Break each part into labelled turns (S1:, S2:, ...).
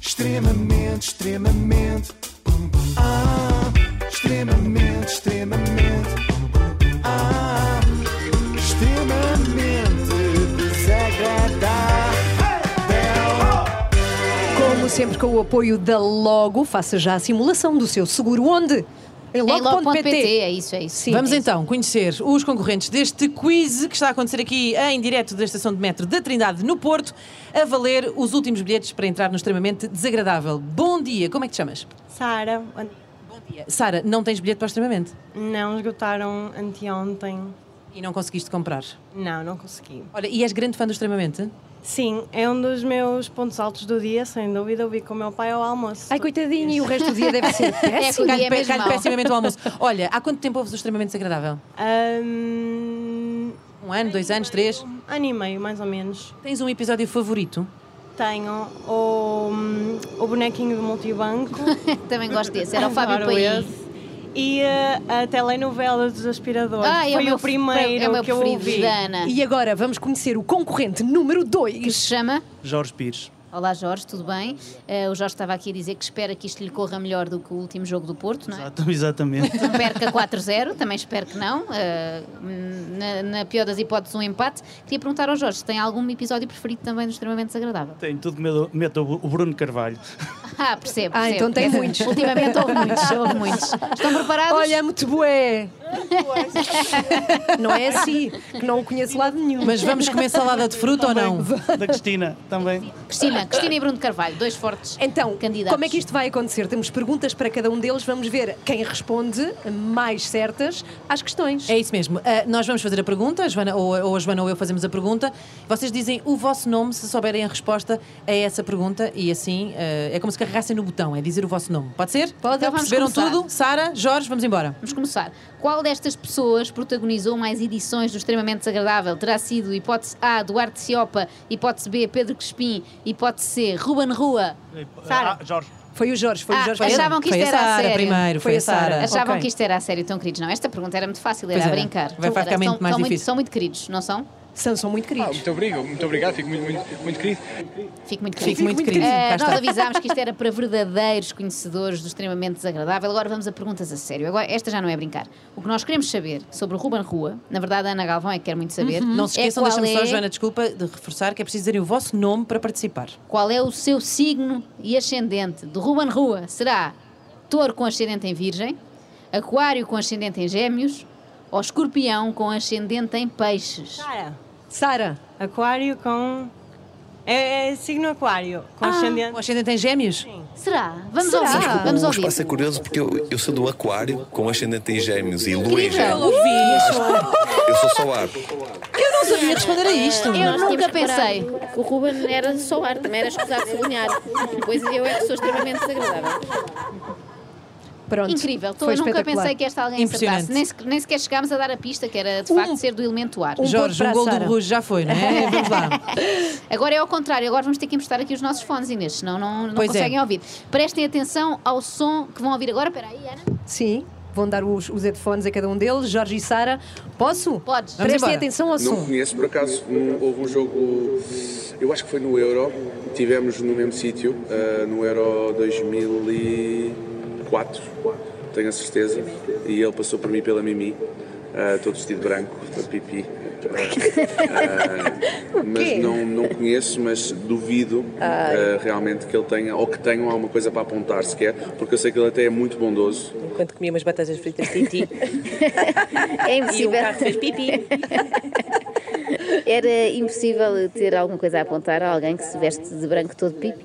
S1: extremamente, extremamente. Ah, extremamente, extremamente. Ah, extremamente desagradável.
S2: Como sempre, com o apoio da Logo, faça já a simulação do seu seguro onde? Em
S3: É logo.pt,
S2: logo.pt.
S3: é isso, é isso.
S2: Sim.
S4: Vamos então conhecer os concorrentes deste quiz que está a acontecer aqui em direto da estação de metro da Trindade, no Porto, a valer os últimos bilhetes para entrar no extremamente desagradável. Bom dia, como é que te chamas?
S5: Sara, an-
S4: Sara, não tens bilhete para o extremamente
S5: não esgotaram anteontem.
S4: e não conseguiste comprar.
S5: Não, não consegui.
S4: Olha, e és grande fã do extremamente?
S5: Sim, é um dos meus pontos altos do dia, sem dúvida. Eu vi com o meu pai ao almoço.
S2: Ai, coitadinho, e o resto do dia deve ser
S3: É,
S2: péssimo.
S3: o dia é
S4: Pe-
S3: mesmo
S4: calho
S3: mau.
S4: pessimamente o almoço. Olha, há quanto tempo ouves o extremamente desagradável?
S5: Ahm,
S4: Um ano, dois anos, três?
S5: ano e meio, mais ou menos.
S4: Tens um episódio favorito?
S5: Tenho o, o bonequinho do multibanco.
S3: Também gosto desse. Era o Fábio
S5: Adoro
S3: Paim.
S5: esse. E ah, a telenovela dos aspiradores.
S3: Ah, é
S5: Foi
S3: o meu
S5: o primeiro
S3: é o meu
S5: que eu
S3: preferido,
S5: ouvi.
S3: da Ana.
S2: E agora vamos conhecer o concorrente número
S3: Que
S2: 2.
S3: se chama?
S6: Jorge Pires.
S3: Olá Jorge, tudo bem? Eh, o Jorge estava aqui a dizer que espera que isto lhe corra melhor do que o último jogo do Porto, não é?
S6: Exato, exatamente.
S3: Não perca 4-0, também espero que não. Eh, na, na pior das hipóteses, um empate. Queria perguntar ao Jorge se tem algum episódio preferido também do extremamente desagradável.
S6: Tenho tudo que medo- meto o Bruno Carvalho.
S3: Ah, percebo.
S2: Ah,
S3: percebo.
S2: então tem muitos.
S3: Ultimamente houve muitos, houve muitos. Estão preparados?
S2: Olha, muito bué. Não é assim, que não o conheço de lado nenhum.
S4: Mas vamos comer salada de fruta ou não?
S6: Da Cristina também.
S3: Cristina, Cristina e Bruno de Carvalho, dois fortes
S2: Então,
S3: candidatos.
S2: como é que isto vai acontecer? Temos perguntas para cada um deles, vamos ver quem responde mais certas às questões.
S4: É isso mesmo. Ah, nós vamos fazer a pergunta, a Joana, ou, ou a Joana ou eu fazemos a pergunta. Vocês dizem o vosso nome se souberem a resposta a essa pergunta e assim ah, é como se carregassem no botão, é dizer o vosso nome. Pode ser? Pode.
S3: Então vamos
S4: Perceberam
S3: começar.
S4: tudo? Sara, Jorge, vamos embora.
S3: Vamos começar. Qual destas pessoas protagonizou mais edições do Extremamente Desagradável? Terá sido hipótese A, Duarte Ciopa, hipótese B, Pedro Crespim, hipótese C, Ruben Rua.
S6: Sara. Ah, Jorge.
S2: Foi o Jorge, foi
S3: Ah,
S2: o Jorge. Pedro.
S3: achavam que
S4: foi
S3: isto
S4: a
S3: era a
S4: Sara
S3: sério.
S4: primeiro, foi,
S2: Foi
S4: a
S2: a
S4: Sara.
S2: Sara.
S3: Achavam
S4: Ok.
S3: que isto era a sério, tão queridos. Não, esta pergunta era muito fácil, era
S4: Pois
S3: a
S4: era.
S3: brincar. Então,
S4: Vai ficar
S3: São-
S4: muito mais
S3: são
S4: difícil.
S3: são muito queridos, não são?
S2: São, são muito
S7: Ah,
S2: queridos.
S4: então-
S7: muito obrigado, muito obrigado, fico muito, muito, muito querido.
S3: Fico muito querido.
S4: Fico muito querido.
S3: Eh,
S4: Cá
S3: nós
S4: está.
S3: avisámos que isto era para verdadeiros conhecedores do extremamente desagradável. Agora vamos a perguntas a sério. Agora, esta já não é brincar. O que nós queremos saber sobre o Ruben Rua, na verdade a Ana Galvão é que quer muito saber.
S4: Uhum. Não se esqueçam,
S3: é qual
S4: deixa-me só,
S3: é-
S4: Joana, desculpa, de reforçar que é preciso dizerem o vosso nome para participar.
S3: Qual é o seu signo e ascendente do Ruben Rua? Será touro com ascendente em virgem, aquário com ascendente em gêmeos ou escorpião com ascendente em peixes?
S5: Sara,
S2: Sara,
S5: aquário com... É, é signo aquário, com
S3: Ah.
S5: ascendente.
S4: O ascendente tem gêmeos?
S3: Será? Vamos
S2: Será?
S3: ouvir.
S2: Mas
S3: Vamos
S8: O
S3: ouvir.
S8: espaço é curioso porque eu, eu sou do aquário com ascendente em gêmeos e lua em
S3: Incrível!
S4: Eu
S8: gêmeos.
S4: ouvi isto.
S8: Eu sou solar.
S4: Eu não sabia responder a isto.
S3: Eu nunca pensei.
S9: O Ruben era solar, também era escusado de sublinhar. Pois eu é que sou extremamente desagradável.
S2: pronto.
S3: Incrível, Tô-
S2: foi
S3: eu nunca
S2: espetacular.
S3: pensei que esta alguém
S4: Impressionante.
S3: acertasse. Nem, se- nem sequer chegámos a dar a pista, que era de facto ser do elemento ar.
S2: um ponto
S4: Jorge,
S2: para
S4: um
S2: a
S4: gol do
S2: Sara.
S4: Bruges já foi, não é? Vamos lá.
S3: Agora é ao contrário, agora vamos ter que emprestar aqui os nossos fones, Inês, senão não, não
S4: Pois é.
S3: conseguem ouvir. Prestem atenção ao som que vão ouvir agora. Espera aí, Ana.
S2: Sim, vão dar os, os headphones a cada um deles, Jorge e Sara. Posso?
S3: Podes. Vamos
S2: Prestem
S4: embora.
S2: atenção ao
S7: Não
S2: som.
S7: conheço, por acaso, um- houve um jogo, eu acho que foi no Euro, tivemos no mesmo sítio, ah, no Euro 2004, tenho a certeza, e ele passou por mim pela Mimi, ah, todo vestido de branco, a pipi. Ah, mas não, não conheço, mas duvido ah, realmente que ele tenha, ou que tenham alguma coisa para apontar sequer, porque eu sei que ele até é muito bondoso.
S10: Enquanto comia umas batatas fritas titi
S9: É
S10: e um o
S9: impossível,
S10: carro fez pipi.
S9: era impossível ter alguma coisa a apontar a alguém que se veste de branco todo pipi.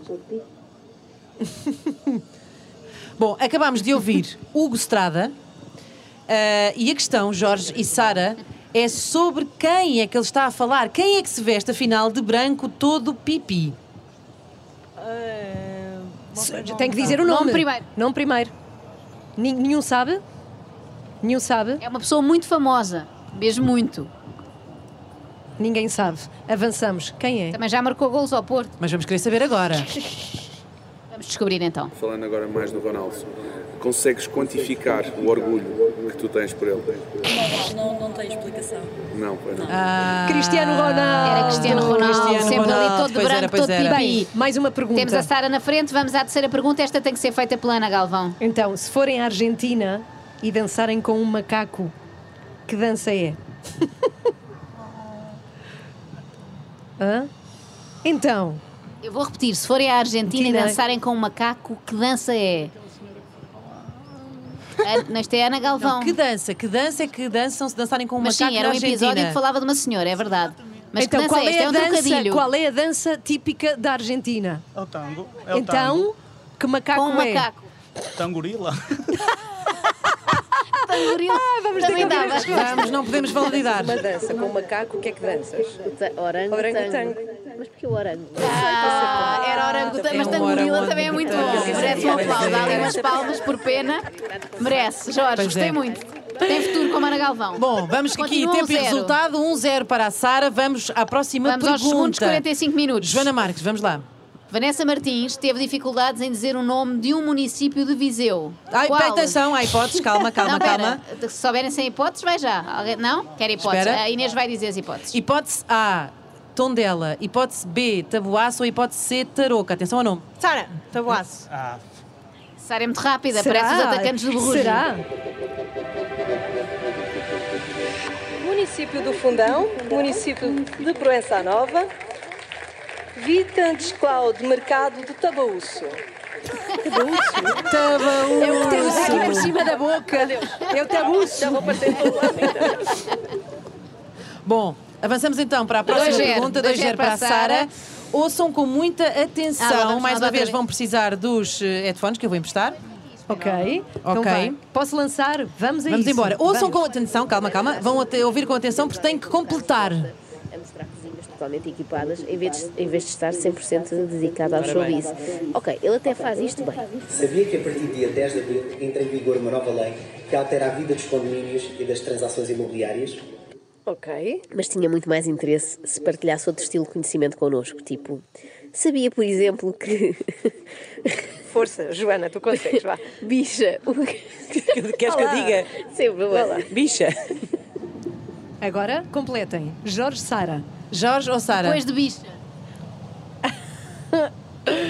S4: Bom, acabámos de ouvir Hugo Strada eh, e a questão, Jorge e Sara, é sobre quem é que ele está a falar. Quem é que se veste, afinal, de branco todo pipi?
S5: Ah, boa pergunta.
S2: Tem que dizer o nome.
S3: Eh, Nome primeiro.
S2: Nome primeiro. Nin- nenhum sabe? Nenhum sabe?
S3: É uma pessoa muito famosa, mesmo muito.
S2: Ninguém sabe. Avançamos. Quem é?
S3: Também já marcou golos ao Porto.
S4: Mas vamos querer saber agora.
S3: Vamos descobrir então.
S7: Falando agora mais do Ronaldo, consegues quantificar o orgulho que tu tens por ele.
S11: Não, não tem explicação.
S7: Não, pois não.
S2: Cristiano Ronaldo.
S3: Era Cristiano Ronaldo,
S2: Ah, Cristiano
S3: sempre
S2: Ronaldo,
S3: ali todo
S2: pois
S3: branco,
S2: era, pois
S3: todo
S2: era.
S3: pipi.
S2: mais uma pergunta.
S3: Temos a Sara na frente, vamos à terceira pergunta. Esta tem que ser feita pela Ana Galvão.
S2: Então, se forem à Argentina e dançarem com um macaco, que dança é? Hã? Então,
S3: Eu vou repetir, se forem à Argentina e
S2: Tina.
S3: dançarem com um macaco, que dança é? Ana- Isto é Ana Galvão.
S4: Não, que dança, que dança é que dançam se dançarem com um
S3: Mas
S4: macaco
S3: sim, era um
S4: na Argentina.
S3: episódio que falava de uma senhora, é verdade. Mas
S2: então
S3: que dança
S2: qual,
S3: é esta?
S2: é
S3: É
S2: a
S3: um
S2: dança,
S3: trocadilho.
S2: qual é a dança típica da Argentina?
S6: É o tango. É o
S10: tá.
S2: então, que macaco
S3: Com um
S2: é?
S3: macaco.
S6: tango. Tangorila.
S3: Tamboril.
S2: Vamos ter que
S3: Também
S2: ouvir
S3: dava.
S2: as respostas.
S4: Vamos, não podemos validar.
S10: Uma dança com um macaco, o que é que danças?
S9: Orango,
S10: Orangotango.
S9: Mas porquê o orango?
S3: Ah, era orangotango,
S4: É
S3: mas
S4: um
S3: tangorila
S4: orangotango.
S3: também é muito bom.
S4: Pois é,
S3: Merece uma
S4: pois é.
S3: palma. Dá ali umas palmas por pena. Merece. Jorge,
S4: Pois
S3: gostei
S4: é.
S3: muito. Tem futuro com a Ana Galvão.
S4: Bom, vamos que aqui,
S3: Continua um
S4: tempo e
S3: zero.
S4: resultado, 1-0 para a Sara. Vamos à próxima
S3: Vamos aos
S4: pergunta.
S3: segundos 45 minutos.
S4: Joana Marques, vamos lá.
S3: Vanessa Martins teve dificuldades em dizer o nome de um município de Viseu.
S4: Ai,
S3: Qual?
S4: pera, atenção, há hipóteses, calma, calma,
S3: Não,
S4: calma.
S3: pera. Se souberem sem hipóteses, vai já. Alguém- Não? Quer hipóteses.
S4: Espera.
S3: A Inês vai dizer as hipóteses.
S4: Hipótese A, Tondela. Hipótese B, Taboaço. Ou hipótese C, Tarouca. Atenção ao nome.
S5: Sara, tabuaço.
S6: Ah,
S3: Sara é muito rápida,
S2: Será?
S3: parece os atacantes do Borrugio.
S2: Será?
S11: Município do Fundão, município de Proença Nova, Vitantes Cláudio, mercado de Tabaúço.
S4: um
S2: Tabaúço. Eu tenho um aqui por cima da boca. Eu um tabuço.
S4: Bom, avançamos então para a
S3: 2-0,
S4: próxima pergunta.
S3: 2-0
S4: 2-0 para a Sara. Ouçam com muita
S3: Ah, lá
S4: atenção.
S3: vamos
S4: Mais
S3: nós outra
S4: uma vez
S3: vez.
S4: vão precisar dos eh, headphones que eu vou emprestar.
S2: Ok. Então
S4: Ok.
S2: vai. Posso lançar? Vamos a
S4: Vamos
S2: isso.
S4: embora. Ouçam
S2: Vamos.
S4: com atenção, calma, calma. Vão até ouvir com atenção porque têm que completar.
S9: A mostrar cozinhas totalmente equipadas, em vez de, em vez de estar 100% dedicado ao showbiz. Ok, ele até faz isto bem.
S12: Sabia que a partir do dia 10 de abril entra em vigor uma nova lei que altera a vida dos condomínios e das transações imobiliárias?
S10: Ok.
S9: Mas tinha muito mais interesse se partilhasse outro estilo de conhecimento connosco. Tipo, sabia, por exemplo, que.
S10: Força, Joana, tu consegues, vá.
S9: Bicha. o-
S10: Queres que eu
S9: Olá.
S10: diga?
S9: Sem problema.
S10: Bicha.
S2: Agora completem. Jorge Sara.
S4: Jorge ou Sara?
S3: Depois de bicha.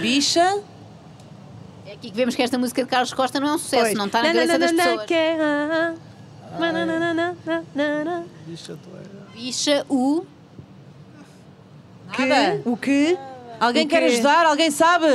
S4: Bicha.
S3: É aqui que vemos que esta música de Carlos Costa não é um sucesso,
S2: Pois.
S3: não está na cabeça das pessoas.
S2: que é, ah, ah. Mananana, na, na, na.
S6: bicha tu é.
S3: Bicha, o...
S4: Nada.
S2: O que?
S4: Alguém
S2: O
S4: quer
S2: quê?
S4: ajudar? Alguém sabe?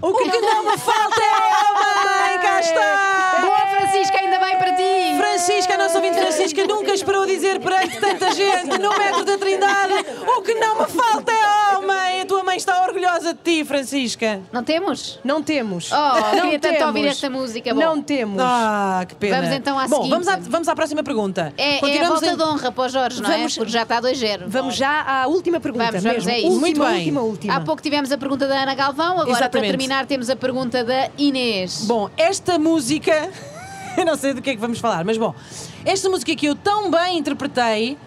S2: O que não me falta
S4: Bem, é cá está!
S3: Boa, Francisca, ainda bem para ti!
S4: Francisca, a nossa ouvinte Francisca, nunca esperou dizer perante tanta gente no metro da Trindade o que não me falta é homem! A tua mãe está orgulhosa de ti, Francisca.
S3: Não temos?
S2: Não temos.
S3: Oh,
S2: não
S3: queria tanto ouvir esta música. Bom,
S2: Não temos.
S4: Ah, que pena.
S3: Vamos então à
S4: Bom,
S3: seguinte.
S4: vamos à, vamos à próxima pergunta.
S3: é, é a
S4: Continuamos
S3: volta
S4: em-
S3: de honra para o Jorge, não é?
S4: Vamos-
S3: Porque já está 2-0.
S2: Vamos já à última pergunta.
S3: Vamos, vamos,
S2: mesmo.
S3: é isso.
S2: Última,
S4: Muito bem.
S2: última, última.
S3: Há pouco tivemos a pergunta da Ana Galvão, agora para
S4: Exatamente.
S3: terminar temos a pergunta da Inês.
S4: Bom, esta música. Eu não sei do que é que vamos falar, mas bom. Esta música que eu tão bem interpretei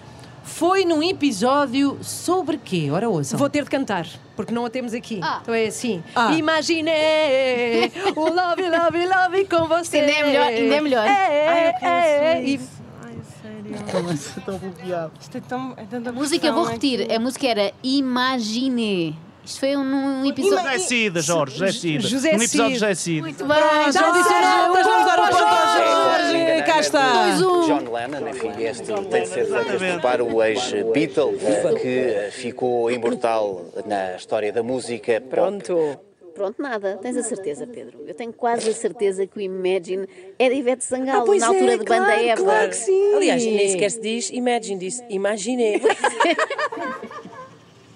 S4: foi num episódio sobre quê? Ora ouçam.
S2: Vou ter de cantar, porque não a temos aqui.
S3: Ah.
S2: Então é assim.
S4: Ah.
S2: Imaginei o love, love, love com você.
S3: Ainda é melhor, ainda é melhor.
S5: Ai,
S2: É,
S5: eu
S2: é, é,
S5: conheço
S2: e-
S5: isso. Ai, sério.
S6: Estou bloqueado.
S5: Isto é tão. É tanta
S3: A música, eu vou
S5: pressão, é
S3: repetir,
S5: que-
S3: a música era Imagine. Isto foi num episódio.
S6: José Cida, Jorge, José Cida.
S2: José
S6: um episódio de
S2: Cida.
S6: José Cida.
S3: Muito bem,
S4: Já disse não, mas vamos
S2: Ah.
S4: dar um ponto ao Jorge. Cá está.
S3: 2-1.
S13: John Lennon, enfim, este tem de ser feito este reparo, o ex-Beatle, eh, que eh, ficou imortal na história da música pop.
S10: Pronto.
S9: Pronto, nada. Tens a certeza, Pedro. Eu tenho quase a certeza que o Imagine é de Ivete
S10: Ah,
S9: Sangalo,
S10: pois
S9: na altura
S10: é,
S9: de
S10: claro,
S9: banda Ever.
S10: Claro que sim. Aliás, nem
S9: Sim.
S10: sequer se diz imagine, diz imagine.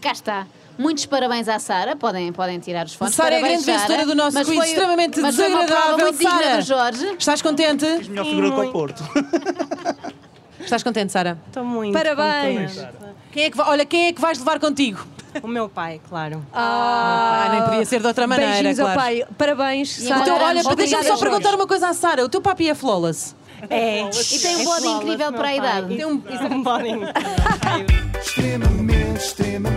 S3: Cá está. Muitos parabéns à Sara, podem, podem tirar os fones.
S4: Sara é a
S3: Parabéns,
S4: grande vencedora do nosso
S3: Mas
S4: quiz,
S3: foi-
S4: extremamente
S3: mas foi uma prova
S4: desagradável.
S3: muito digna
S4: Sara,
S3: do Jorge.
S4: estás contente?
S6: Melhor figura do que o Porto.
S4: Estás contente, Sara?
S5: Estou muito.
S2: Parabéns.
S5: contente.
S4: Quem é que, vai- olha, quem é que vais levar contigo?
S5: O meu pai, claro.
S2: Ah,
S4: Ah, nem podia ser de outra maneira,
S2: Beijinhos
S4: claro.
S2: ao pai. Parabéns,
S3: E
S2: Sara.
S4: Então, olha,
S3: Obrigada,
S4: deixa-me só
S3: Jorge.
S4: perguntar uma coisa à Sara. O teu papi é flawless?
S5: É.
S3: E tem um bode incrível para a idade.
S5: Tem um bode incrível.
S1: extremamente, Ah, extremamente.